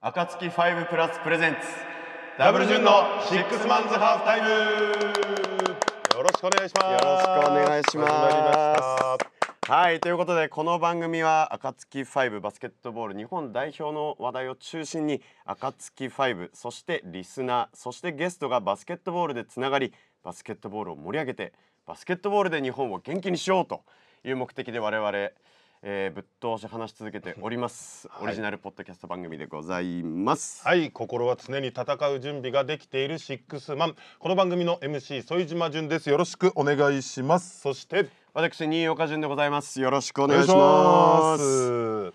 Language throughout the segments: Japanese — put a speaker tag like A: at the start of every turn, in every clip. A: 暁5プラスプレゼンツ
B: ダブル順のシックスマンズハーフタイムよろしくお願いします
A: よろしくお願いします
B: 始まりまし
A: はいということでこの番組は暁5バスケットボール日本代表の話題を中心に暁5そしてリスナーそしてゲストがバスケットボールでつながりバスケットボールを盛り上げてバスケットボールで日本を元気にしようという目的で我々、えー、ぶっ通し話し続けております、
B: い
A: オリジナルポッドキャスト番組でございます
B: たはい心は常に戦う準備ができているシックスマンこの番組の MC 添島順ですよろしくお願いしますそして
A: 私新岡潤でございますよろしくお
B: お
A: 願いします
B: 願いし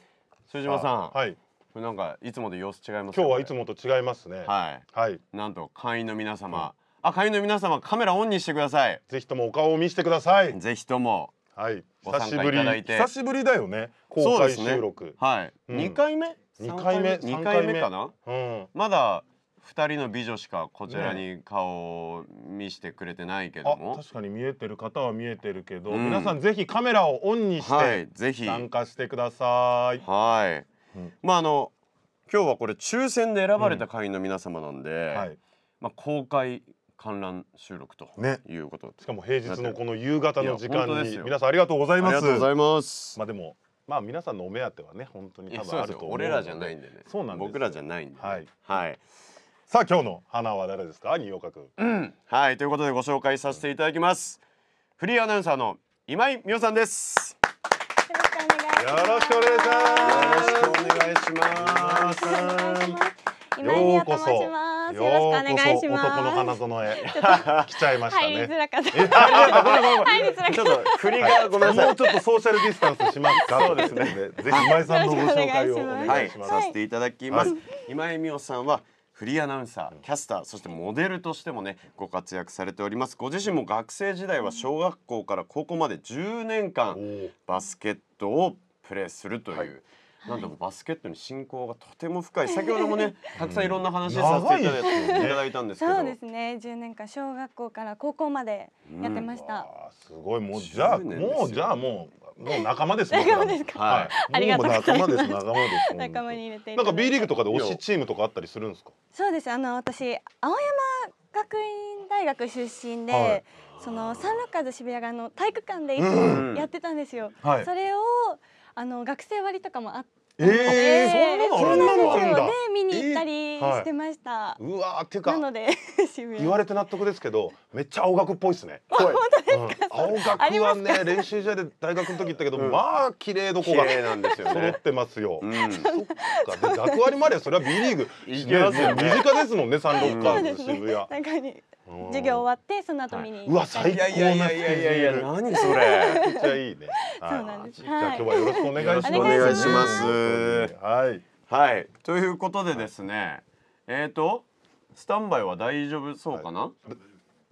A: 副島さん、
B: まはい
A: これなんかいつもと様子違いますね
B: 今日はいつ
A: こ
B: もと違いますね
A: れはい
B: はい
A: なんと会員の皆様、あ会員の皆様カメラオンにしてください
B: ぜひともお顔を見せてください
A: ぜひとも
B: はい
A: ご参加
B: 久しぶり
A: いただいて
B: 久しぶりだよね公開
A: そうですね
B: 収録
A: はい、
B: うん
A: 二回目
B: 二
A: 三
B: 回目
A: 二
B: 三
A: 回
B: 回目
A: 目かな
B: うん
A: まだ二人の美女しかこちらに顔を見してくれてないけど
B: あ
A: も、
B: 確かに見えてる方は見えてるけど、
A: うん
B: 皆さんぜひカメラをオンにし
A: はい
B: て
A: ぜひ
B: 参加してください、
A: はい、
B: うん
A: まああの今日はこれ抽選で選ばれた会員の皆様なんで、
B: はい
A: まあ公開観覧収録と
B: ね
A: いうことで
B: しかも平日のこの夕方の時間
A: いや本当です
B: に
A: よ
B: 皆さんありがとうござい
A: あり
B: ま
A: が
B: す
A: とうございます。
B: まあでもまあ皆さんのお目当てはね本当に
A: いや
B: 多
A: そうです
B: 分ある
A: よ
B: と思う
A: 俺らじゃないいんでね
B: そうなんですよ
A: 僕らじゃないんでね、
B: はい
A: はい、
B: さあ今日の花は誰ですか新岡君
A: はい、ということでご紹介させていただきますフリーアナウンサーの今井美桜さんです
C: よろしくお願いします。よろしくお願いします。
B: よろしくお願いしますよろしく
A: 願いしま
C: 今井美也と申します。よろしくお願いします。
B: 男の花園 へ来ちゃいました
C: 入りづ
B: ね、
C: らかった。入りづら
A: ち
C: か
A: ょ
C: っ
A: っと振りがごめんなさい
B: もうちょっとソーシャルディスタンスしますかそうですねぜひ今井さんのご紹介をお
A: は
B: 願い
A: い
B: します、
A: させていただきます、
B: は
A: 今井美桜さんはフリーアナウンサーキャスターそしてモデルとしてもねご活躍されておりますご自身も学生時代は小学校から高校まで10年間
B: おお
A: バスケットをプレーするという、
B: はい
A: なんでもバスケットに信仰がとても深い先ほどもねたくさんいろんな話させていただい
B: 長いです
A: た
B: よね
A: いただいたんです
C: た。
A: けど
C: そうですね。10年間小学校から高校までやってました。
B: わあすごいもうじゃあ
A: 10年ですよ
B: もうじゃあもうもう仲間ですもん
C: 仲間ですか
B: はい
C: ありがとうございます
B: もう仲間です仲間です
C: 仲間に入れてい
B: な
C: た
B: んか
C: だいて
B: B リーグとかで推しチームとかあったりするんですか
C: そうです。あの私青山学院大学出身で、
B: はい
C: そのサンルッカーズ渋谷があの体育館でいつ
A: うん
C: もやってたんですよ。
B: はい
C: それをあの学生割とかもあって。
B: ええ
C: で
B: そんなのあるん
C: そう
B: だ
C: なんですよで見に行ったりしてました。
B: うわーっていう
C: な
B: か
C: ので 渋
B: 言
C: 谷。
B: われて納得ですけどめっちゃ青学っぽいですね本当ですか、うん青
C: あり
B: 学はね練習試合で大学の時行ったけど、
A: うん
B: まあ綺麗どこ
A: 綺
B: が
A: 麗なんですよ
B: 揃
A: ね
B: っ。てますよ、
A: うん、
B: そっかで学割までそれは B リーグ
A: いけますよね
B: ね身近ですもんねサンロッカ
C: そう
B: ー
C: で
B: ズ
C: す
B: 渋
C: ね
B: 谷。
C: 中に
B: うん
C: 授業終わってその後見に
B: う
C: 行
B: わ
C: ったり。
B: 最高なスケジュール
A: 何それ。
B: めっちゃいいね。はい
C: そうなんです
B: じゃあ
C: は
B: 今
C: い
B: 日はよろしくお願いします。
C: よろしくお願いします
B: はい。
A: はい、ということでですね、えっ、ー、とスタンバイは大丈夫そうかな？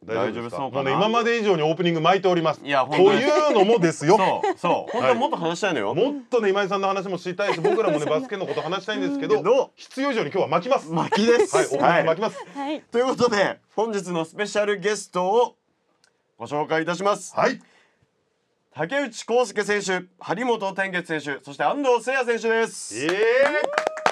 A: 大丈夫ですか
B: もね今まで以上にオープニング巻いております。
A: いや本
B: と
A: 当に
B: いうのもですよ。
A: そうそう、本当はもっと話したいのよ。
B: もっとね今井さんの話もしたいし、僕らもねバスケのこと話したいんですけど、必要以上に今日は巻きます。はい、
A: 巻きです。
B: オープニング巻きます。
C: はい。
A: ということで本日のスペシャルゲストをご紹介いたします。
B: はい。
A: 竹内康介選手、張本天傑選手、そして安藤聖也選手です。
B: ええ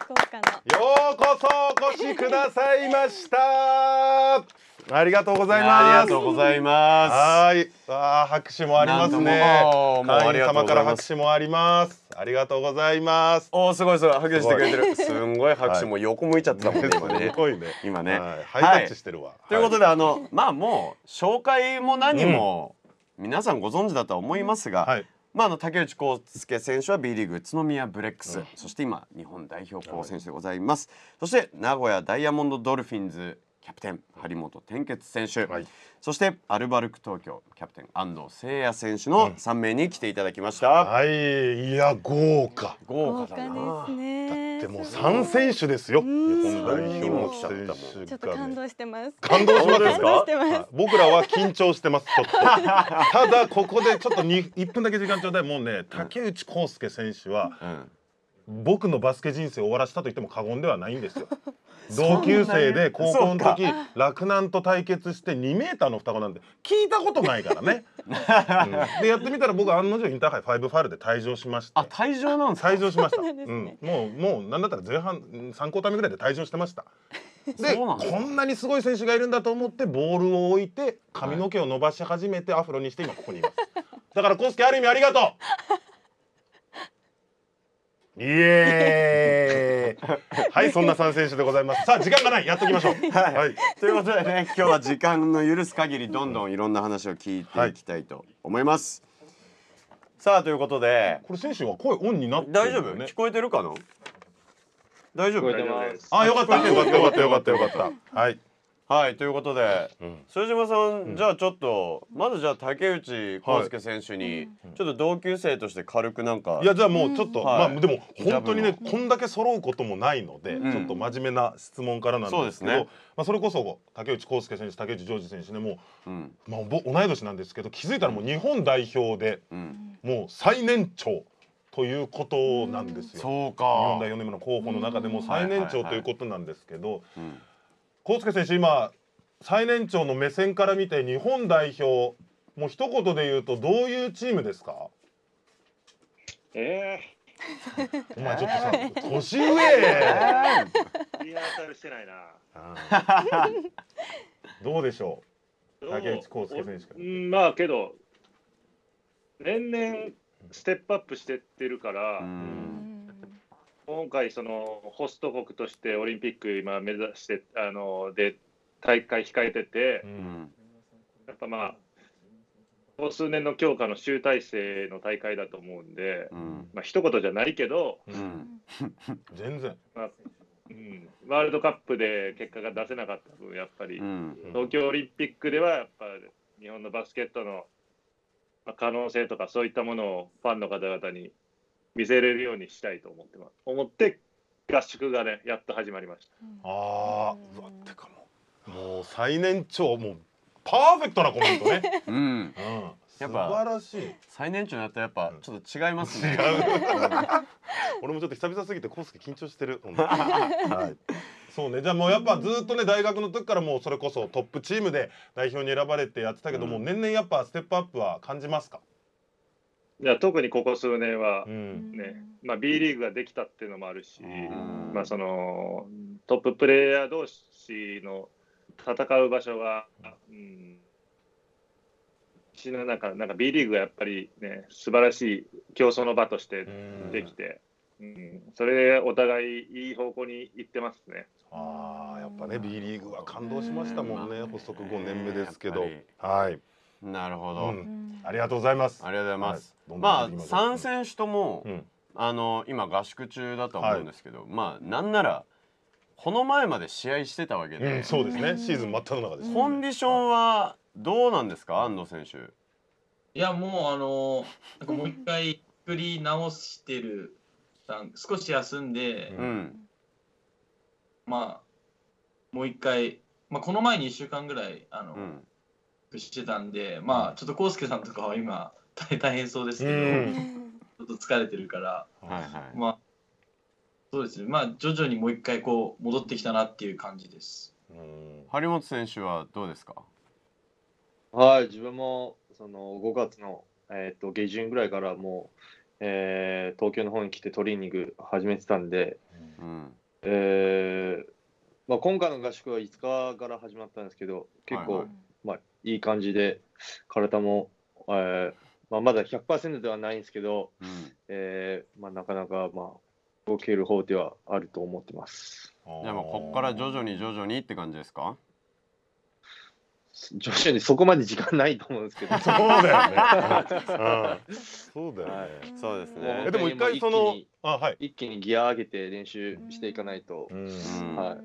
C: 福岡の。
B: ようこそお越しくださいました。ありがとうございます。
A: ありがとうございま
B: はーい、わあ拍手もあります
A: なん
B: ね
A: とももう。あり
B: 会員
A: がとう
B: 様
A: ござい
B: か
A: ます
B: ら拍手もあります。ありがとうございます
A: す。。おお、すごいすごい、拍手してくれてる。すんごい拍手もう横向いちゃってたもんね、今ね。
B: すごいね。
A: 今ね
B: はいハイタッチしてるわ。
A: ということ
B: で、
A: で、あの、まあ、もう紹介も何も。皆さんご存知だとは思いますが、
B: はい、
A: まあ、あの竹内康介選手は B リーグ宇都宮ブレックス、そして今日本代表候補選手でございます、そして名古屋ダイヤモンドドルフィンズキャプテン張本天傑選手、
B: はい
A: そしてアルバルク東京キャプテン安藤誠也選手の3名に来ていただきました、
B: はい、いや豪華。
A: 豪
C: 豪
A: 華
C: 華
A: だな
C: ですね。
B: でもう
C: すごい
B: 三選手ですよ。日
C: ん
B: 本代表の選手がね
C: ちょっと感動してます。
B: 感動します
C: 感動してます
B: はい僕らは緊張してます。ち ょっとただここでちょっとに一分だけ時間ちょうだい。もうね、竹内康介選手は
A: うん
B: 僕のバスケ人生を終わらせたと言っても過言ではないん ですよ同級生で高校の時洛南と対決して2メーターの双子なんて聞いたことないから ね、うんでやってみたら僕案の定インターハイ5ファールで退場しまして
A: あ退場なんですか
B: 退場しました。
C: そうなんですね
B: うん、もうもうなんだったら前半うん三クォーター目ぐらいで退場してま した。で
A: そうなんですか
B: こんなにすごい選手がいるんだと思ってボールを置いて髪の毛を伸ばし始めてアフロにして今ここにいます。だからコウスケある意味ありがとう。イエー イ。はいそんな三選手でございます。さあ時間がないやっときましょう。
A: はい
B: はい。
A: ということでね今日は時間の許す限りどんどんいろんな話を聞いていきたいと思います、さあということで
B: これ選手は声オンになってる
A: 大丈
B: よ
A: 夫、
B: ね
A: 聞。こえてるかな大丈夫
D: 聞こえてます。
B: あよかったよかったよかったよかったよかった。はい。
A: はいということで
B: うん
A: 副島さん、じゃあちょっとまずじゃあ竹内康介選手に、ちょっと同級生として軽くなんか
B: いやじゃあもうちょっと、
A: ん
B: まあ
A: はい
B: でも本当にね
A: ジ
B: こんだけ揃うこともないので、
A: うん
B: ちょっと真面目な質問からなんですけど
A: そうですね
B: まあ、それこそ竹内康介選手竹内ジョージ選手ねも
A: うん
B: う、まあ、ぼ同い年なんですけど気づいたらもう日本代表で
A: うん、
B: もう最年長ということなんですよ。
A: そう
B: 日本
A: か
B: 代表の今の候補の中でも最年長ということなんですけど
A: うん
B: 康介選手今最年長の目線から見て日本代表もう一言で言うとどういうチームですか
D: え
B: お前ちょっとさ
A: え
B: 年上
D: えー、リハーサルしてないな。
B: どうでしょ
D: どう
B: 竹内康介選手から
D: うんまあけど、年々ステップアップしてってるから、
A: うん
D: 今回そのホスト国としてオリンピック今目指してあので大会控えてて、
B: う、
A: うん
D: やっぱまあここ数年の強化の集大成の大会だと思うんで、
A: うん
D: まあ一言じゃないけど、
A: うん
B: 全然
D: まあうん、ワールドカップで結果が出せなかった分やっぱり。
A: うん
D: 東京オリンピックではやっぱ日本のバスケットのまあ可能性とかそういったものをファンの方々に見せれるようにしたいと思ってます。思って合宿がねやっと始まりまし
B: あーうわってかもうもう最年長もうパーフェクトなコメントね、
A: うん
B: うん、
A: やっぱ
B: 素晴らしい
A: 最年長になったらやっぱちょっと違いますね
B: 俺もちょっと久々すぎてコースケ緊張してる、本当にはい、そうねじゃあもうやっぱずっとね大学の時からもうそれこそトップチームで代表に選ばれてやってたけど、
A: うん
B: もう年々やっぱステップアップは感じますか、
D: た。いや特にここ数年は
B: ん
D: ね、まあ、B リーグができたっていうのもあるし、
A: ん
D: まあ、そのトッププレーヤー同士の戦う場所が、うん、私の中なんか B リーグがやっぱりね素晴らしい競争の場として
B: うん
D: できて、うん、それでお互いいい方向に行ってますね。
B: あーやっぱね B リーグは感動しましたもんね発足5年目ですけど
A: やっ
B: はい
A: なるほど、
B: うんありがとうございます
A: ありがとうございます、
B: は
A: ま
B: いどんどん
A: あ
B: 行きましょう
A: 三選手とも、
B: うん
A: あの今合宿中だとは思うんですけど、まあなんならこの前まで試合してたわけで、
B: うん、そうですね、
C: うん
B: シーズン真っ只中です、
A: コンディションはどうなんですか安藤選手
E: いやもうあのなんかもう一回作り直してるなん少し休んで、
B: う
A: うん
E: まあもう一回、まあ、この前に1週間ぐらいあの、
A: うん
E: してたんでまあちょっとコウスケさんとかは今大大変そうですけど、
B: うん
E: ちょっと疲れてるから
A: はいはい
E: まあそうですねまあ徐々にもう一回こう戻ってきたなっていう感じです。
B: うん
A: 張本選手はどうですか
D: はい、自分もその5月の、えっと下旬ぐらいからもう、え東京の方に来てトレーニング始めてたんで、
A: うん
D: えーまあ、今回の合宿は5日から始まったんですけど、結
A: は
D: 構、
A: い
D: い
A: はい
D: まあ、いい感じで、体も、えーまあ、まだ100%ではないんですけど、
A: うん
D: えーまあ、なかなか、まあ、動ける方ではあると思ってます。
A: じゃあもうこっから徐々に徐々にって感じですか
D: 徐々にそこまで時間ないと思うんですけど、
B: そうだよね、うん、そうだよね、
D: はい
A: そうですね
D: もう
B: えでも一回そ
D: もう
B: の
D: 一気に
B: あはい、
D: 一気にギア上げて練習していかないと、
B: うん、
A: うん
D: はい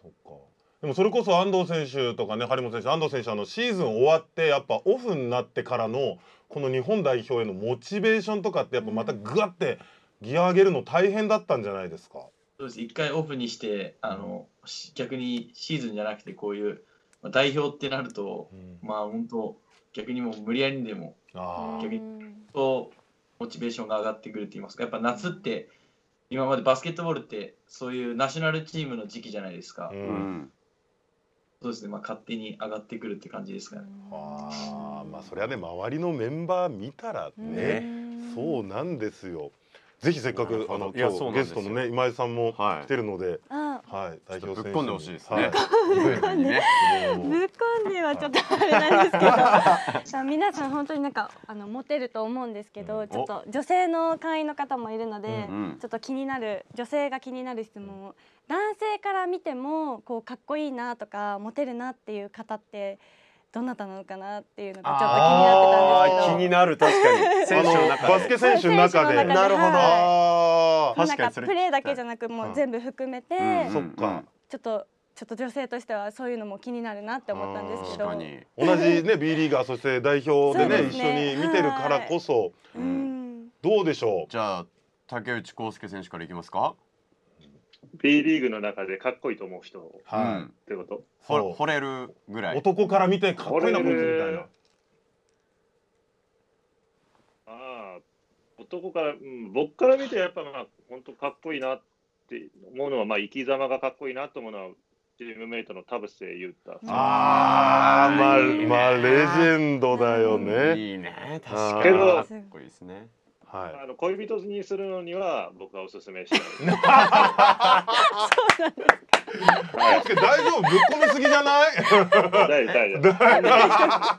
B: そっかでもそれこそ安藤選手とかね張本選手安藤選手あのシーズン終わってやっぱオフになってからのこの日本代表へのモチベーションとかってやっぱまたグワってギア上げるの大変だったんじゃないですか
E: そうです一回オフにしてあのし逆にシーズンじゃなくてこういうまあ代表ってなるとまあ本当逆にもう無理やりにでも
B: あ
E: 逆にとモチベーションが上がってくるって言いますかやっぱ夏って今までバスケットボールってそういうナショナルチームの時期じゃないですか、
A: う
B: うん
A: ん
E: そうですね、まあ、勝手に上がってくるって感じですかね。
B: あーまあそりゃね周りのメンバー見たらね、そうなんですよぜひせっか
A: な
B: く
A: るほ
B: あ
A: ど
B: の
A: いや
B: 今
A: そう
B: 日
A: なんで
B: ゲ
A: す
B: ス
A: よ
B: トのね今井さんも
A: はい
B: 来てるので、
C: あ
B: はい、代
A: ちょっとぶっ
B: 表選手
A: 込んでほしいですね。
B: は
A: ブーメンにね
B: もう
C: ぶっこんではちょっとあれなん ですけどあ皆さん本当になんかあのモテると思うんですけ
B: う
C: ど
B: ん
C: ちょっと女性の会員の方もいるので、
B: う
A: うん
C: ちょっと気になる女性が気になる質問を男性から見てもこうかっこいいなとかモテるなっていう方ってどなたなのかなっていうのがちょっと気になってたんですけ
A: あ
C: ど
A: ー気になる確かに。選手の
B: あの
A: 中
B: バ
A: で
B: スケ 選手の中で
C: 選手の中でなるほど
B: あー
A: 確か
C: な
A: に
C: ん
A: そ
C: か
A: れ
C: プレーだけじゃなく
A: う
C: も
A: ん
C: う全部含めて、
A: うん
B: そっか
C: ちょっとちょっと女性としてはそういうのも気になるなって思ったんですけど。
A: 確かに
B: 同じね B リーガーそして代表
A: そ
B: で
A: う
B: ね
A: です
B: 一
C: ね
B: 緒に見てるからこそ
C: うん
B: どうでしょう
A: じゃあ竹内康介選手からいきますか。
F: B リーグの中でかっこいいと思う人っ
A: う
B: は
A: ん
F: てこと
A: ほ
B: そう
A: 惚れるぐら
B: い
A: い。
B: 男から見てかっこいいなこいつみたいな
F: ああ男から、うん、僕から見てやっぱまあ本当かっこいいなって思うのはまあ生き様がかっこいいなと思うのはチームメイトの田臥勇太
C: うん
B: あーまあ
A: いいね
B: まあレジェンドだよね
A: いいね確かに
F: けど
A: かっこいいですね。
B: は
F: あの恋人にするのには僕はおすすめしない
B: い大丈夫ぶっ込みすぎじゃない
F: 大丈夫大丈夫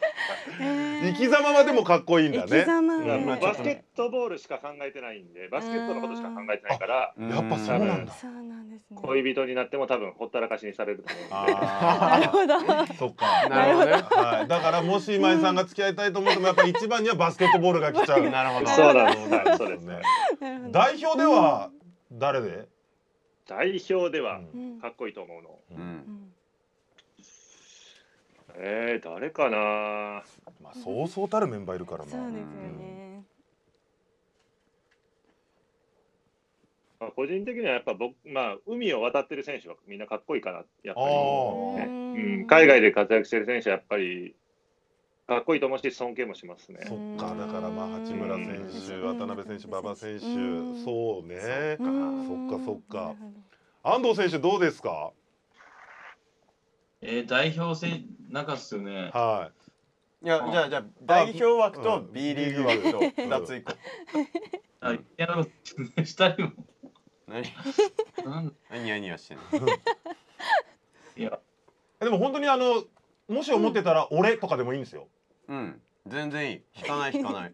B: 生き様はでもかっこいいんだ
C: 生き
B: ね
C: 様
F: だからも
C: ね
F: うバスケットボールしか考えてないんでバスケットのことしか考えてないから
B: やっぱそうなんだ
C: そうなんですね。
F: 恋人になっても多分ほったらかしにされると思うんで
C: な
B: あ
C: るほど。
B: ーそっか
A: なるほどね
B: はいだからもし今井さんが付き合いたいと思ってもやっぱ一番にはバスケットボールが来ちゃう
A: なるほど。
F: そうなんです
B: なん
F: そうです
B: ね
C: なるほど
B: 代表では誰で
F: 代表では
C: うん
F: かっこいいと思うの、
A: う。
C: うんん
F: えー、誰かな
B: まあそうそうたるメンバーいるから
C: そうですよ
B: な
C: ね。
F: まあ個人的にはやっぱ僕、まあ、海を渡ってる選手はみんなかっこいいかな、やっぱ
B: あ
C: う
F: り、ねうん
C: ん、
F: 海外で活躍してる選手はやっぱりかっこいいと思うし、尊敬もしますね。
B: そっかだからまあ八村選手
C: うん
B: 渡辺選手馬場選手
C: うん
B: そうね
A: そっか
B: そっかそっか
C: なるほど
B: 安藤選手どうですか
E: えー代表戦、中っすよね。
B: はい
A: やじゃあじゃあ代表枠
B: う
A: と
B: ん
A: B リーグ枠と二つ以降。
E: あ、いや、 二人も。
A: 何
E: なん
A: 何やにや してんの。
E: いや、
B: いでも本当にあのもし思ってたら俺とかでもいいんですよ
A: うん全然いい。引かない引かない。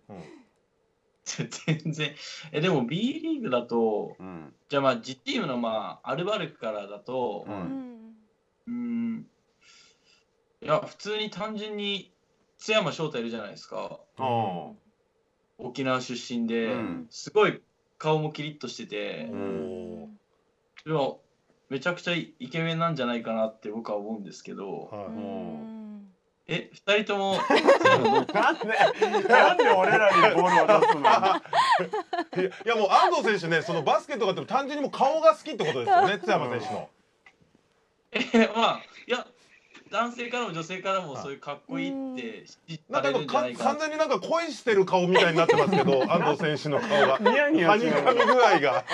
E: 全然。え、でも B リーグだと、
A: うん
E: じゃあまあ、G チームのまあ、アルバルクからだと
A: う、。
C: うんん
E: うーん、いや、普通に単純に津山翔太いるじゃないですか。
A: おお
E: 沖縄出
A: ー。
E: 身で、
A: うん
E: すごい顔もキリッとしてて
A: う、
B: ん
E: いや、めちゃくちゃイケメンなんじゃないかなって僕は思うんですけど、
C: う
B: は
C: ん
E: え、二人と も、津山どう
A: なんでなんで俺らにボールを出すの。
B: いいやいやもう安藤選手ねそのバスケとかって単純にもう顔が好きってことですよね津山選手の
E: えまあいや男性からも女性からもそういうかっこいいって知っ
B: なん
E: た
B: か
E: れるんじ
B: 今
E: ゃな
B: か
E: いかな
B: 完全になんか恋してる顔みたいになってますけど安藤選手の顔が
A: ニヤニ
B: は
A: ヤ
B: に
A: しなが
B: かみ
A: ら。
B: 具合が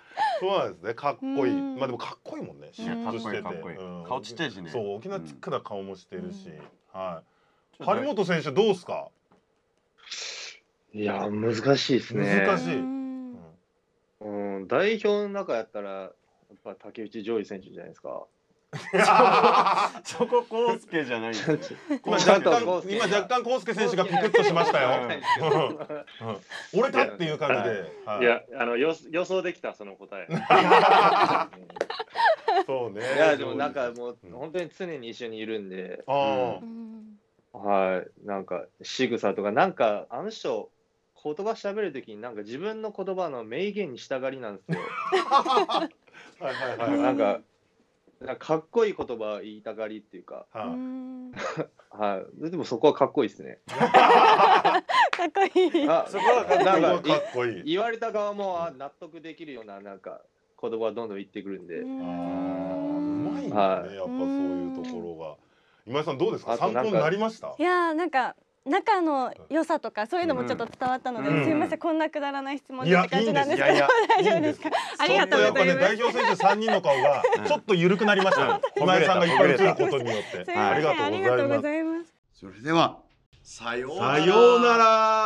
B: そうなんですねかっこいい
C: うん
B: まあでもかっこいいもんねシ
A: い
B: ュ
A: や
B: ッ
A: かっ
B: とし
A: こ
B: て
A: い
B: て
A: いかっこいい
B: うん。
A: 顔ちっちゃいしね。
B: そう沖縄チックな顔もしてるし、
C: うん
B: はい張本選手どうですか、
D: いや、難しいですね。
B: 難しい
C: うん
D: うん、代表の中やったら、やっぱ竹内上位選手じゃないですか。
A: そこ康介じゃないん ですよ。
B: 今若
D: ちょっとこう
B: 干今若干康介選手がピクッとしました よ、うん俺かっていう感じで、はい
F: いや、あの予予想できた、その 答え。
B: そうね
D: いや、でもなんかもう
B: うん、
D: 本当に常に一緒にいるんで、
B: あ
C: う
B: ー
C: ん
D: はい、なんか仕草とか、なんかあの人、言葉喋るときに、なんか自分の言葉の名言に従りなんですよ。
B: はいはいはい
D: なんか、なんかかっこいい言葉言いたがりっていうか、
C: う
B: はい
C: んか
D: はい、でもそこはかっこいいですね。
C: っこいい。
D: あ
A: そこはかっこいい
D: な
B: なんん
D: か
B: か
D: い
B: かっこいい
D: 言われた側もあ納得できるような、なんか言葉どんどん言ってくるんで。
B: あーうまいんだね、
D: はい
B: やっぱそういうところが今井さんどうですか
D: あと
B: 参
D: なんか
B: 考になりました
C: いやーなんか仲の良さとかそういうのもちょっと伝わったので、
B: うん
C: すみませんこんなくだらない質問
B: い
C: でっ
B: や
C: て感じなんです
A: い
C: け
A: いんで
C: ど 大丈夫ですかありがとう
B: ちょっ
C: ご
B: と
C: ざ
B: やっ
C: いま
B: ぱ
C: す
B: ね代表選手三人の顔が
A: うん
B: ちょっと緩くなりました、
A: うん
B: 今井さんがいっぱい映ることによっ
C: す
B: て
A: はい
C: みません
B: あ
C: あ
B: り
C: り
B: が
C: が
B: とう
C: とう
B: ご
C: ご
B: ざい
C: ざいます
A: それではさよ
B: ますさようなら